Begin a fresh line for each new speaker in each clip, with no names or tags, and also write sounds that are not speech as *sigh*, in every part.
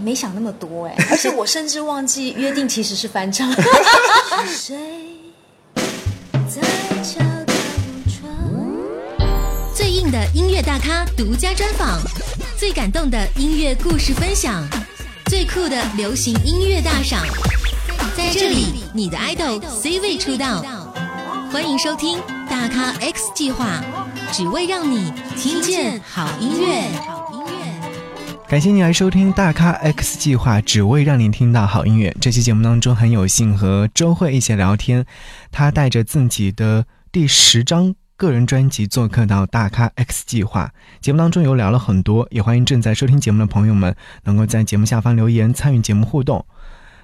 没想那么多哎，而且我甚至忘记约定其实是
*laughs*
翻唱。是谁在敲打我窗？
最硬的音乐大咖独家专访，最感动的音乐故事分享，最酷的流行音乐大赏，在这里，你的 idol C 位出道。欢迎收听《大咖 X 计划》，只为让你听见好音乐。好音乐，
感谢你来收听大咖 X 计划，只为让你听到好音乐。这期节目当中很有幸和周慧一起聊天，她带着自己的第十张个人专辑做客到大咖 X 计划节目当中，有聊了很多，也欢迎正在收听节目的朋友们能够在节目下方留言参与节目互动。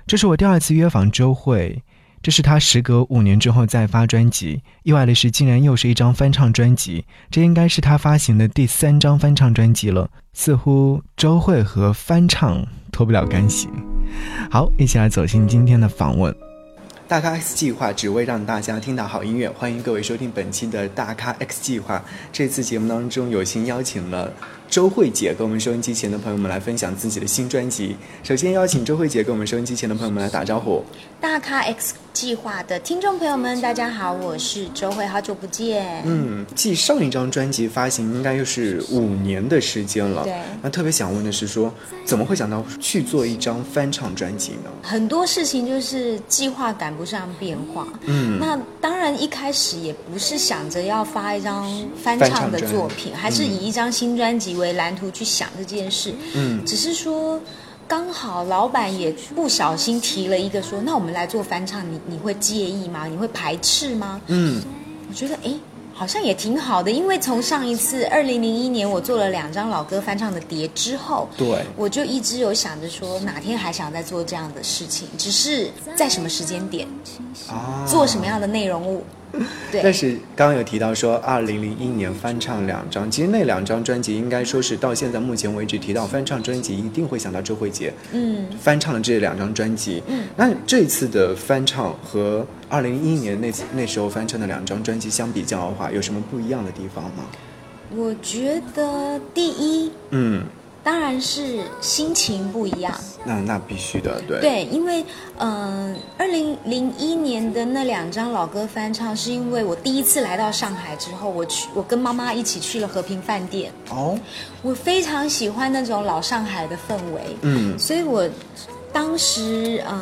这是我第二次约访周慧，这是她时隔五年之后再发专辑，意外的是竟然又是一张翻唱专辑，这应该是她发行的第三张翻唱专辑了。似乎周慧和翻唱脱不了干系。好，一起来走进今天的访问。大咖 X 计划只为让大家听到好音乐，欢迎各位收听本期的大咖 X 计划。这次节目当中，有幸邀请了周慧姐跟我们收音机前的朋友们来分享自己的新专辑。首先邀请周慧姐跟我们收音机前的朋友们来打招呼。
大咖 X 计划的听众朋友们，大家好，我是周慧，好久不见。
嗯，继上一张专辑发行应该又是五年的时间了。
对
那特别想问的是说，怎么会想到去做一张翻唱专辑呢？
很多事情就是计划赶不上变化。
嗯，
那当然一开始也不是想着要发一张翻
翻
唱
唱
的
专
作品，还是以一张新专辑为蓝图去想这件事。
嗯
只是说。刚好老板也不小心提了一个说，那我们来做翻唱，你你会介意吗？你会排斥吗？
嗯
我觉得哎，诶好像也挺好的，因为从上一次二零零一年我做了两张老歌翻唱的碟之后，
对
我就一直有想着说哪天还想再做这样的事情，只是在什么时间点
啊，
做什么样的内容物，
但
对。
是刚刚有提到说，二零零一年翻唱两张，其实那两张专辑应该说是到现在目前为止提到翻唱专辑，一定会想到周慧杰，嗯，翻唱了这两张专辑，嗯，那这次的翻唱和二零一一年那次那时候翻唱的两张专辑相比较的话，有什么不一样的地方吗？
我觉得第一
嗯，
当然是心情不一样，
那那必须的，对，
对，因为嗯，二零零一年的那两张老歌翻唱，是因为我第一次来到上海之后，我去我跟妈妈一起去了和平饭店，
哦，
我非常喜欢那种老上海的氛围，
嗯
所以我当时呃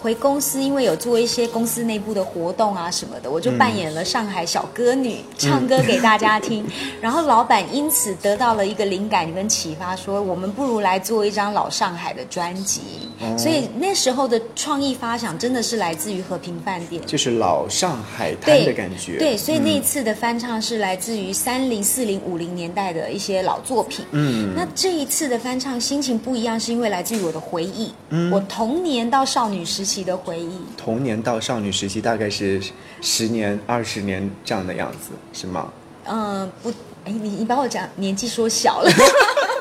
回公司，因为有做一些公司内部的活动啊什么的，我就扮演了上海小歌女，唱歌给大家
*laughs*
听。然后老板因此得到了一个灵感跟启发，说我们不如来做一张老上海的专辑。
哦
所以那时候的创意发想真的是来自于和平饭店。
就是老上海滩
对
的感觉，嗯
对，所以那一次的翻唱是来自于三零、四零、五零年代的一些老作品。
嗯，
那这一次的翻唱心情不一样，是因为来自于我的回忆，
嗯
我童年到少女时期的回忆。
童年到少女时期大概是十年、二十年这样的样子，是吗？
嗯、不，哎，你你把我讲年纪说小了。 *laughs*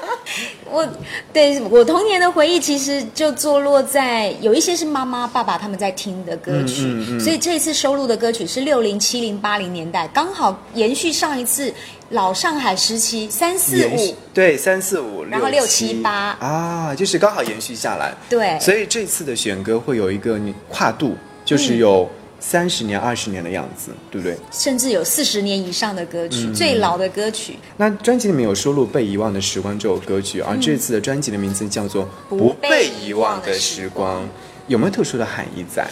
我对我童年的回忆，其实就坐落在有一些是妈妈、爸爸他们在听的歌曲，
嗯嗯嗯
所以这一次收录的歌曲是六零、七零、八零年代，刚好延续上一次老上海时期三四
延续
五。
对三四五，
然后
六
六七八
啊，就是刚好延续下来。
对
所以这次的选歌会有一个你跨度，
嗯
就是有三十年、二十年的样子，对不对？
甚至有四十年以上的歌
嗯
曲，最老的歌曲
那专辑里面有收录《被遗忘的时光》这首歌曲，而这次的专辑的名字叫做《
嗯不被
遗
遗
忘
忘
的
的
时
时
光》，有没有特殊的含义在？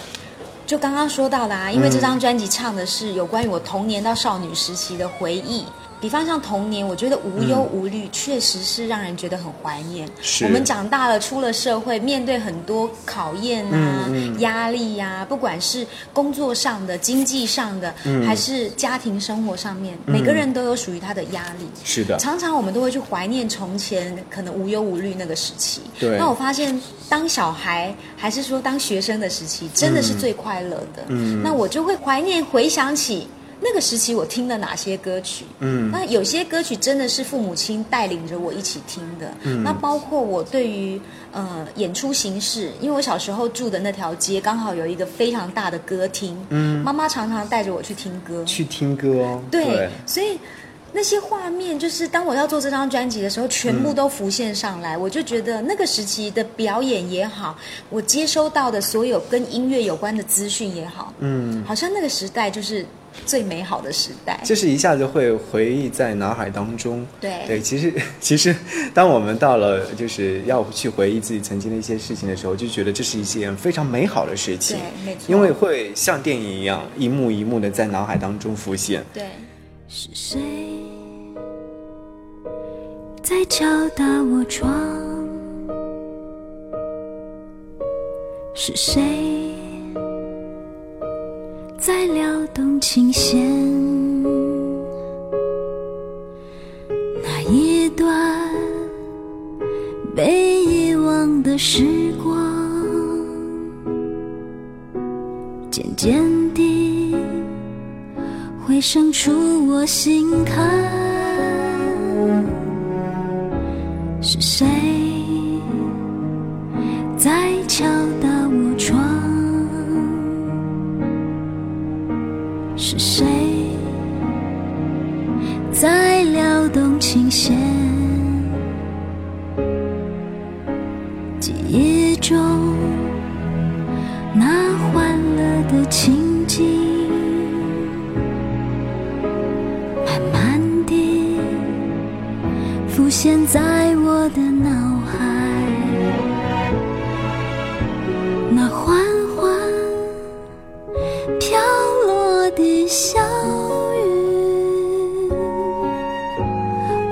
就刚刚说到的啊，
嗯
因为这张专辑唱的是有关于我童年到少女时期的回忆。比方像童年，我觉得无忧无虑确实是让人觉得很怀念。
是
我们长大了，出了社会，面对很多考验啊、
嗯嗯
压力呀、不管是工作上的、经济上的，
嗯
还是家庭生活上面，每个人都有属于他的压力。
是的，
常常我们都会去怀念从前可能无忧无虑那个时期。
对
那我发现当小孩还是说当学生的时期，真的是最快乐的。
嗯
那我就会怀念回想起。那个时期我听了哪些歌曲？
嗯
那有些歌曲真的是父母亲带领着我一起听的。嗯，那包括我对于呃演出形式，因为我小时候住的那条街刚好有一个非常大的歌厅，嗯，妈妈常常带着我去听歌，
去听歌哦。
对，所以那些画面，就是当我要做这张专辑的时候，全部
嗯
都浮现上来。我就觉得那个时期的表演也好，我接收到的所有跟音乐有关的资讯也好，
嗯，
好像那个时代就是最美好的时代。
就是一下子会回忆在脑海当中。
对
对，其实其实，当我们到了就是要去回忆自己曾经的一些事情的时候，就觉得这是一件非常美好的事情
对，没错
因为会像电影一样一幕一幕的在脑海当中浮现。
对，
是谁在敲打我窗？是谁在撩动琴弦？那一段被遗忘的时光，渐渐地。回声出我心坎。是谁在敲打我窗？是谁在撩动琴弦？记忆中那欢乐的情景。慢慢地浮现在我的脑海，那缓缓飘落的小雨，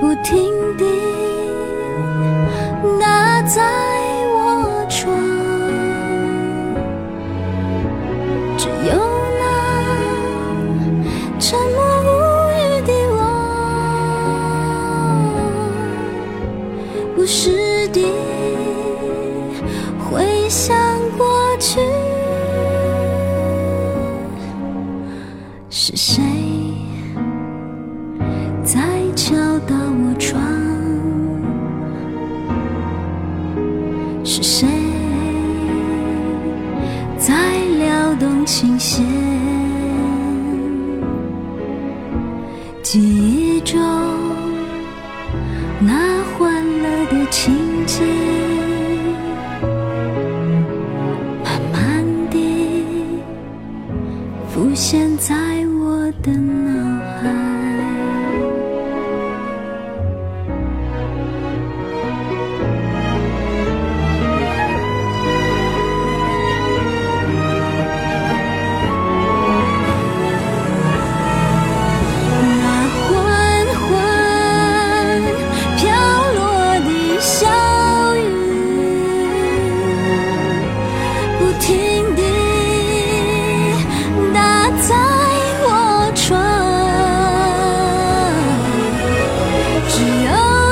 不停地打在我窗，只有那。沉默无语的我，不时地回想过去，是谁在敲打我窗？是谁在撩动琴弦？记忆中那欢乐的情景，慢慢地浮现在我的脑海。那缓缓飘落的小雨，不停地打在我窗，只有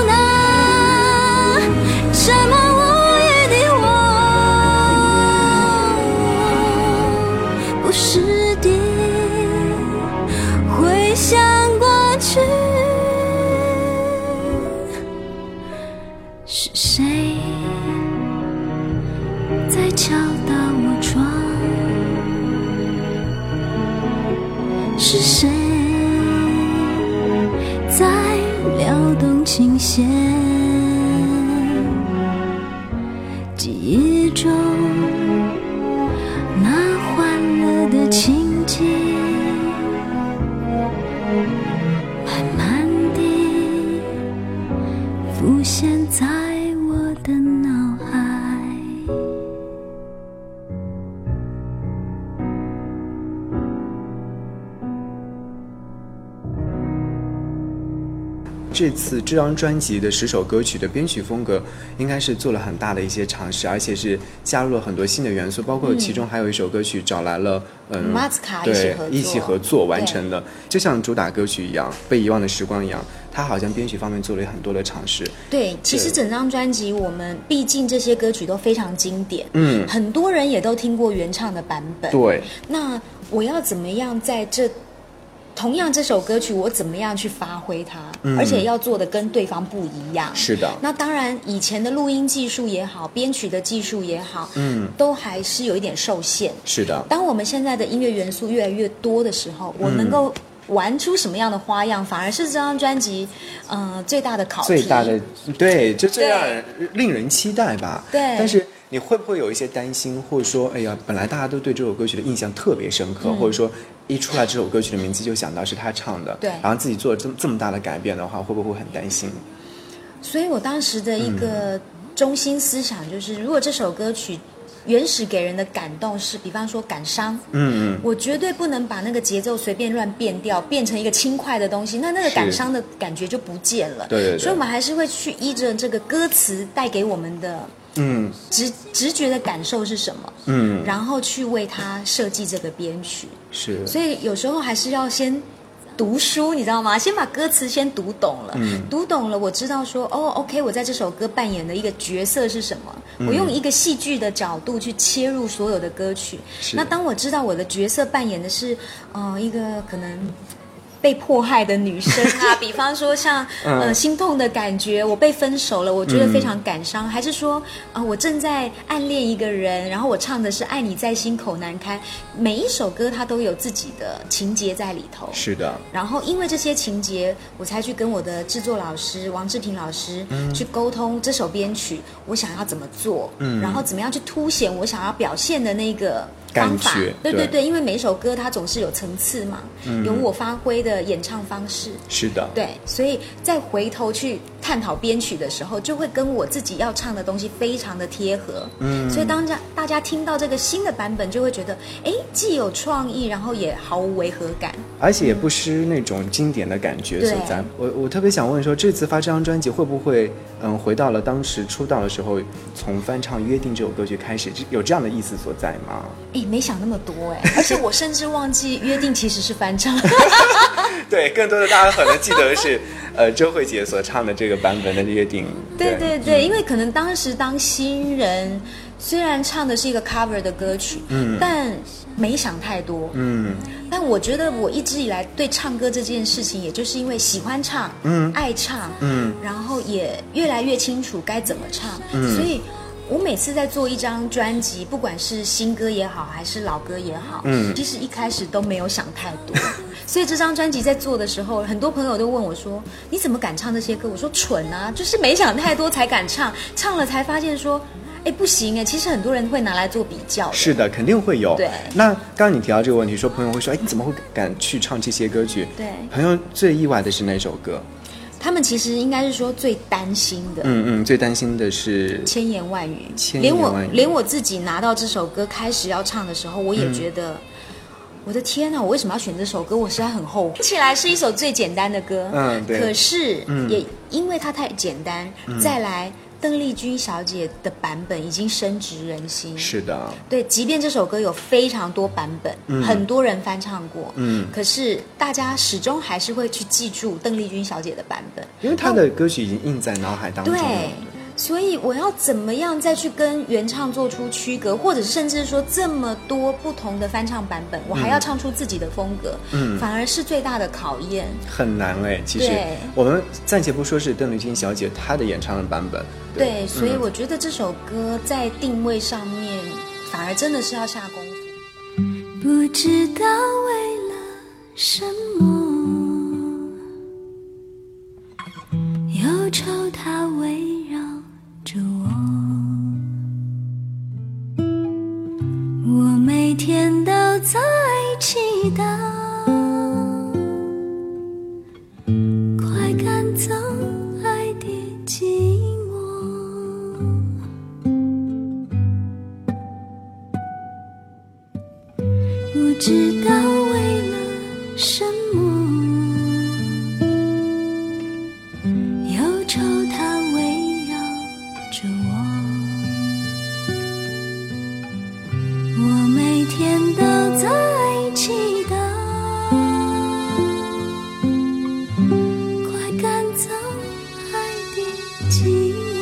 那沉默无语的我，不时地。回想过去，是谁在敲打我窗？是谁在撩动琴弦？记忆中那欢乐的情景。慢慢地浮现在我的脑海。
这次这张专辑的十首歌曲的编曲风格，应该是做了很大的一些尝试，而且是加入了很多新的元素，包括其中还有一首歌曲找来了嗯，
嗯马斯卡一起
对
合作
一起合作完成的，就像主打歌曲一样，《被遗忘的时光》一样，它好像编曲方面做了很多的尝试。
对，其实整张专辑我们毕竟这些歌曲都非常经典，
嗯，
很多人也都听过原唱的版本。
对，
那我要怎么样在这同样这首歌曲，我怎么样去发挥它，
嗯
而且要做的跟对方不一样。
是的，
那当然，以前的录音技术也好，编曲的技术也好，
嗯，
都还是有一点受限。
是的，嗯
当我们现在的音乐元素越来越多的时候，我能够玩出什么样的花样，反而是这张专辑，呃，最大的考题。
最大的对，就最
对
让人令人期待吧。
对
但是你会不会有一些担心，或者说，哎呀，本来大家都对这首歌曲的印象特别深刻，
嗯
或者说一出来这首歌曲的名字就想到是他唱的，
对
然后自己做了这么这么大的改变的话，会不会很担心？
所以我当时的一
嗯
个中心思想就是，如果这首歌曲原始给人的感动是，比方说感伤，
嗯
我绝对不能把那个节奏随便乱变掉，变成一个轻快的东西，那那个感伤的感觉就不见了。
对对对
所以我们还是会去依着这个歌词带给我们的
嗯
直直觉的感受是什么，
嗯嗯，
然后去为它设计这个编曲。
是。
所以有时候还是要先读书，你知道吗？先把歌词先读懂了，
嗯
读懂了，我知道说，哦，OK，我在这首歌扮演的一个角色是什么？
嗯
我用一个戏剧的角度去切入所有的歌曲。
是
那当我知道我的角色扮演的是，呃，一个可能。被迫害的女生啊，
*laughs*
比方说像呃
嗯
心痛的感觉，我被分手了，我觉得非常感伤，还是说啊、我正在暗恋一个人，然后我唱的是爱你在心口难开，每一首歌它都有自己的情节在里头。
是的，
然后因为这些情节，我才去跟我的制作老师王志平老师、去沟通这首编曲我想要怎么做，
嗯
然后怎么样去凸显我想要表现的那个
感
方法
觉。
对对
对嗯
对，因为每一首歌它总是有层次嘛，有我发挥的演唱方式。
是的，
对，所以再回头去探讨编曲的时候，就会跟我自己要唱的东西非常的贴合。
嗯
所以当家大家听到这个新的版本，就会觉得，哎，既有创意，然后也毫无违和感。
而且也不失那种经典的感觉所在。我我特别想问说，这次发这张专辑会不会，嗯，回到了当时出道的时候，从翻唱《约定》这首歌曲开始，这有这样的意思所在吗？
哎，没想那么多 *laughs* 哎，而且我甚至忘记约定其实是翻唱。
对，更多的大家可能记得是，呃，周慧姐所唱的这个版本的《约定》。
*laughs* 对对
嗯
对，因为可能当时当新人，虽然唱的是一个 cover 的歌曲，
嗯
但没想太多。
嗯，
但我觉得我一直以来对唱歌这件事情，也就是因为喜欢唱，
嗯
爱唱，
嗯，
然后也越来越清楚该怎么唱，所以。我每次在做一张专辑，不管是新歌也好，还是老歌也好，
嗯
其实一开始都没有想太多。 *laughs* 所以这张专辑在做的时候，很多朋友都问我说：“你怎么敢唱这些歌？”我说：“蠢啊，就是没想太多才敢唱， *laughs* 唱了才发现说，哎，不行哎，其实很多人会拿来做比较的。”
是的，肯定会有。
对
那刚刚你提到这个问题，说朋友会说，哎，你怎么会敢去唱这些歌曲？
对
朋友最意外的是哪首歌？
他们其实应该是说最担心的，
嗯嗯，最担心的是
千言万语，
千言
连我
万语
连我自己拿到这首歌开始要唱的时候，我也觉得，我的天啊呐，我为什么要选这首歌？我实在很后悔。听起来是一首最简单的歌，
嗯对
可是、
嗯
也因为它太简单，再来邓丽君小姐的版本已经深植人心，
是的，
对，即便这首歌有非常多版本，很多人翻唱过，
嗯
可是大家始终还是会去记住邓丽君小姐的版本，
因为他的歌曲已经印在脑海当中了。
对，所以我要怎么样再去跟原唱做出区隔，或者甚至说这么多不同的翻唱版本，我还要唱出自己的风格，
嗯
反而是最大的考验。
很难哎。其实
对
我们暂且不说是邓丽君小姐她的演唱的版本，
对，嗯所以我觉得这首歌在定位上面，反而真的是要下功夫。
不知道为了什么，忧愁它围绕着我。我每天都在祈祷，快赶走爱的寂寞。不知道为了什么，忧愁它围绕着我。我每天都在祈祷，快赶走爱的寂寞。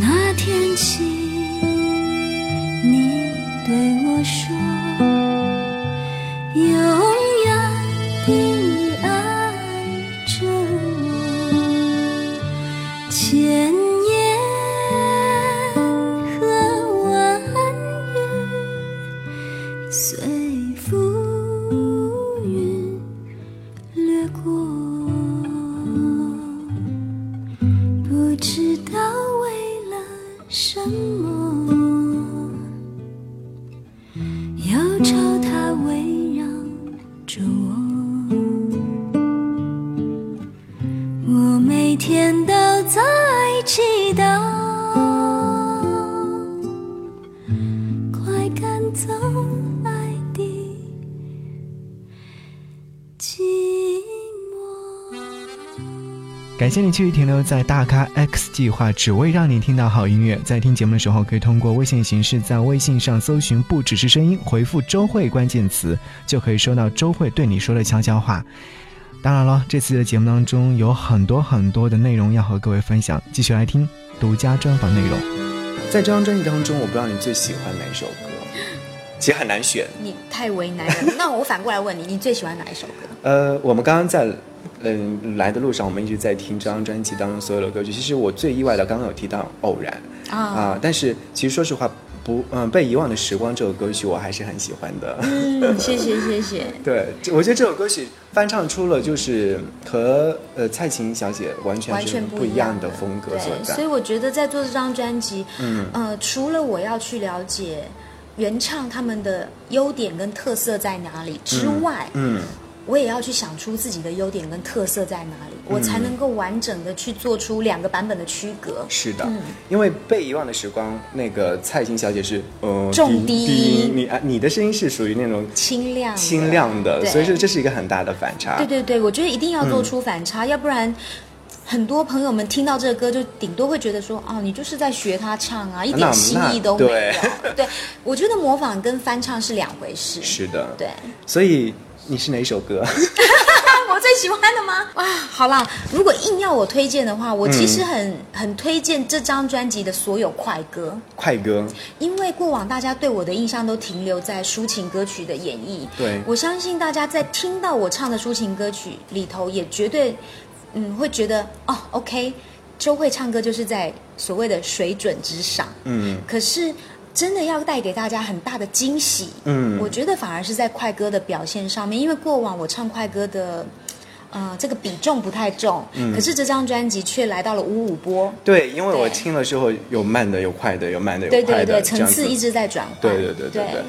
那天起，你对我说，永远地爱着我，千言和万语知道为了什么，忧愁它围绕着我。我每天都在祈祷，快赶走爱的寂寞。
感谢你继续停留在大咖 X 计划，只为让你听到好音乐。在听节目的时候，可以通过微信形式在微信上搜寻“不只是声音”，回复“周慧”关键词，就可以收到周慧对你说的悄悄话。当然了，这次的节目当中有很多很多的内容要和各位分享，继续来听独家专访内容。在这张专辑当中，我不知道你最喜欢哪首歌，其实很难选。
你太为难人了。 *laughs* 那我反过来问你，你最喜欢哪一首歌？
呃，我们刚刚在嗯、来的路上，我们一直在听这张专辑当中所有的歌曲。其实我最意外的，刚刚有提到《偶然》啊、
啊，
但是其实说实话，不，嗯、被遗忘的时光这首歌曲我还是很喜欢的。
嗯，谢谢谢谢。
*laughs* 对，这我觉得这首歌曲翻唱出了就是和呃蔡琴小姐完全
完
是
全
不
一
一样的风格所
对，
在
所以。我觉得在做这张专辑，嗯，呃，除了我要去了解原唱他们的优点跟特色在哪里之外，
嗯，
我也要去想出自己的优点跟特色在哪里，我
嗯
才能够完整的去做出两个版本的区隔。
是的，
嗯
因为被遗忘的时光，那个蔡琴小姐是呃
重低
低低你啊你的声音是属于那种
清亮的
清亮的，
对
所以说这是一个很大的反差。
对对对，我觉得一定要
嗯
做出反差，要不然。很多朋友们听到这个歌，就顶多会觉得说，哦，你就是在学他唱啊，一
那
点新意都没
那
有。
对
*laughs* 对，我觉得模仿跟翻唱是两回事。
是的，
对，啊
所以你是哪首歌？ *laughs*
我最喜欢的吗？哇，好啦，如果硬要我推荐的话，我其
嗯
实很、很推荐这张专辑的所有快歌，
快歌，
因为过往大家对我的印象都停留在抒情歌曲的演绎。
对
我相信大家在听到我唱的抒情歌曲里头，也绝对嗯会觉得哦，OK，周慧唱歌就是在所谓的水准之上。
嗯
可是真的要带给大家很大的惊喜，
嗯
我觉得反而是在快歌的表现上面，因为过往我唱快歌的。呃，这个比重不太重，
嗯
可是这张专辑却来到了五五波，
对，因为我
对
听了之后有慢的，有快的，有慢的，
对
有快
对
的，
对，
这
层
样
次
子
一。直在转换，
对对对对对，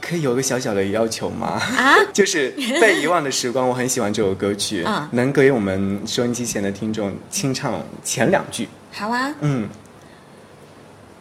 可以有一个小小的要
*laughs*
求吗？
啊，
就是《被遗忘的时光》，我很喜欢这首歌曲，
啊
能给我们收音机前的听众清唱前两句。
好啊，
嗯，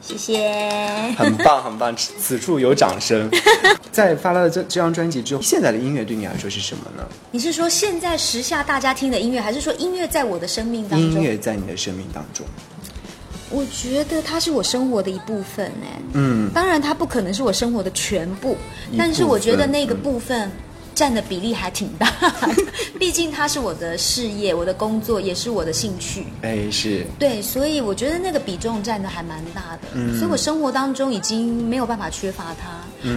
谢谢。
很棒，很棒，此此处有
*laughs*
掌声。在发了这这张专辑之后，现在的音乐对你来说是什么呢？
你是说现在时下大家听的音乐，还是说音乐在我的生命当中？
音乐在你的生命当中，
我觉得它是我生活的一部分哎。
嗯，
当然，它不可能是我生活的全部
一，
但是我觉得
部分
那个部分占的比例还挺大的， *laughs* 毕竟它是我的事业、我的工作，也是我的兴趣。
哎，是
对，所以我觉得那个比重占的还蛮大的，所以我生活当中已经没有办法缺乏它。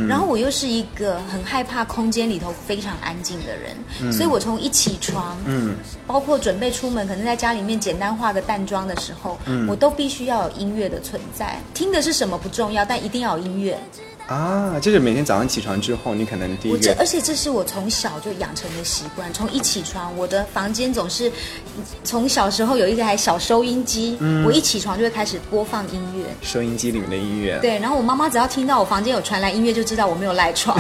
然后我又是一个很害怕空间里头非常安静的人，所以我从一起床，
嗯
包括准备出门，可能在家里面简单化个淡妆的时候，我都必须要有音乐的存在。听的是什么不重要，但一定要有音乐。
啊，就是每天早上起床之后，你可能第一
我这
个
而且这是我从小就养成的习惯，从一起床，我的房间总是嗯从小时候有一台小收音机，我一起床就会开始播放音乐。
收音机里面的音乐，
对，然后我妈妈只要听到我房间有传来音乐，就知道我没有赖
*laughs*
床。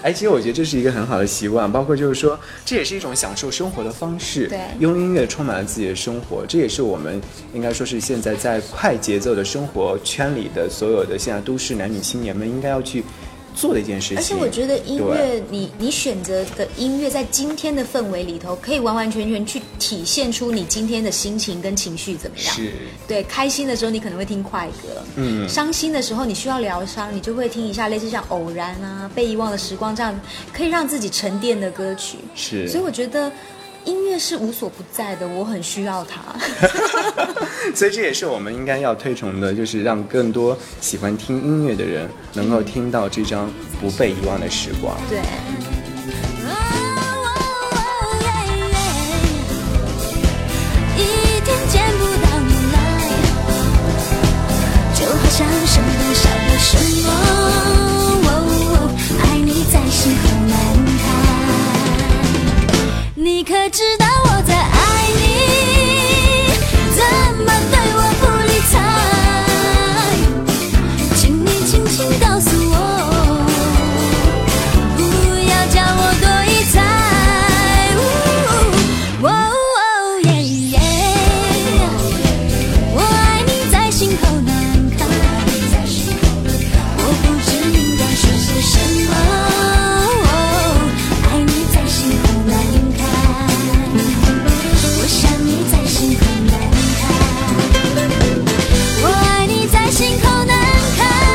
哎，其实我觉得这是一个很好的习惯，包括就是说，这也是一种享受生活的方式。
对
用音乐充满了自己的生活，这也是我们应该说是现在在快节奏的生活圈里的所有的现在都市男女青年们应该要去做的一件事情。
而且我觉得音
对
乐，你你选择的音乐在今天的氛围里头，可以完完全全去体现出你今天的心情跟情绪怎么样。
是
对，开心的时候你可能会听快歌，
嗯
伤心的时候你需要疗伤，你就会听一下类似像《偶然》啊、《被遗忘的时光》这样可以让自己沉淀的歌曲。
是
所以我觉得音乐是无所不在的，我很需要它。 *laughs*
所以这也是我们应该要推崇的，就是让更多喜欢听音乐的人能够听到这张不被遗忘的时光。
对，
哦哦耶耶，一天见不到你来，就好像生命少了什么。哦哦，爱你在心河难开，你可知道我在爱你？怎么对我不理睬？请你轻轻告诉我。不要叫我多一猜，哦哦耶耶，我爱你在心口难开，我不知应该说些什么，爱你在心口难开，我想你在心口难开，我爱你在心口难开。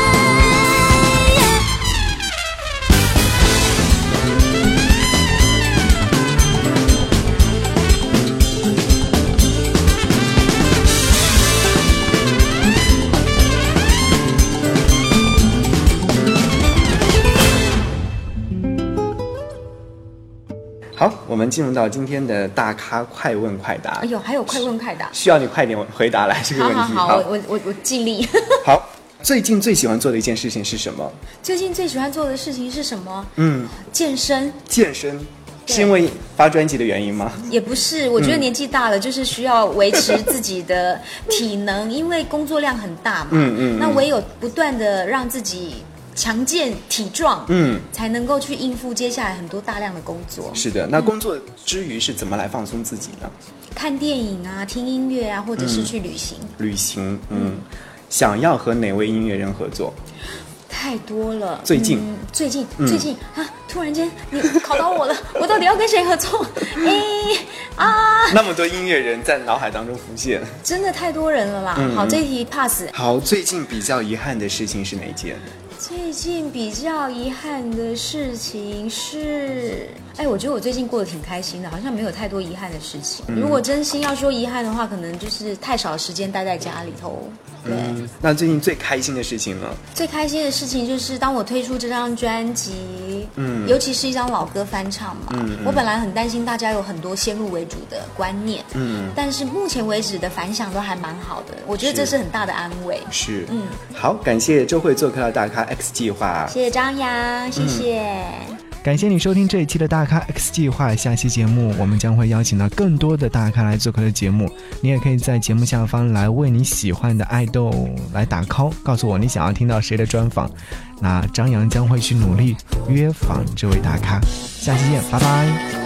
好，我们进入到今天的大咖快问快答
哎，呦，还有快问快答。
需要你快点回答来这个
好
问题。
好好，我我我我尽力。
好最近最喜欢做的一件事情是什么？
最近最喜欢做的事情是什么？
嗯，
健身
健身，
对
是因为发专辑的原因吗？
也不是，我觉
嗯
得年纪大了就是需要维持自己的体
*laughs*
能，因为工作量很大嘛。
嗯嗯嗯
那唯有不断的让自己强健体壮，
嗯，
才能够去应付接下来很多大量的工作。
是的。
嗯
那工作之余是怎么来放松自己呢？
看电影啊，听音乐啊，或者是去旅行，
旅行，嗯，想要和哪位音乐人
*laughs*
合作？
太多了。
最近
嗯最近，最近啊，突然间你考到
*laughs*
我了，我到底要跟谁合作？哎啊，
那么多音乐人在脑海当中浮现。
真的太多人了啦。
嗯
好，这一题 pass。
好，最近比较遗憾的事情是哪一件？
最近比较遗憾的事情是，哎，我觉得我最近过得挺开心的，好像没有太多遗憾的事情。
嗯
如果真心要说遗憾的话，可能就是太少时间待在家里头。对，
嗯，那最近最开心的事情呢？
最开心的事情就是当我推出这张专辑，
嗯
尤其是一张老歌翻唱嘛，
嗯嗯
我本来很担心大家有很多先入为主的观念，
嗯
但是目前为止的反响都还蛮好的，我觉得
是
这是很大的安慰。
是，
嗯，
好，感谢周慧做客到大咖 X 计划。
谢谢张扬，谢谢。
嗯感谢你收听这一期的大咖 X 计划。下期节目我们将会邀请到更多的大咖来做客的节目。你也可以在节目下方来为你喜欢的爱豆来打 call，告诉我你想要听到谁的专访。那张扬将会去努力约访这位大咖。下期见，拜拜。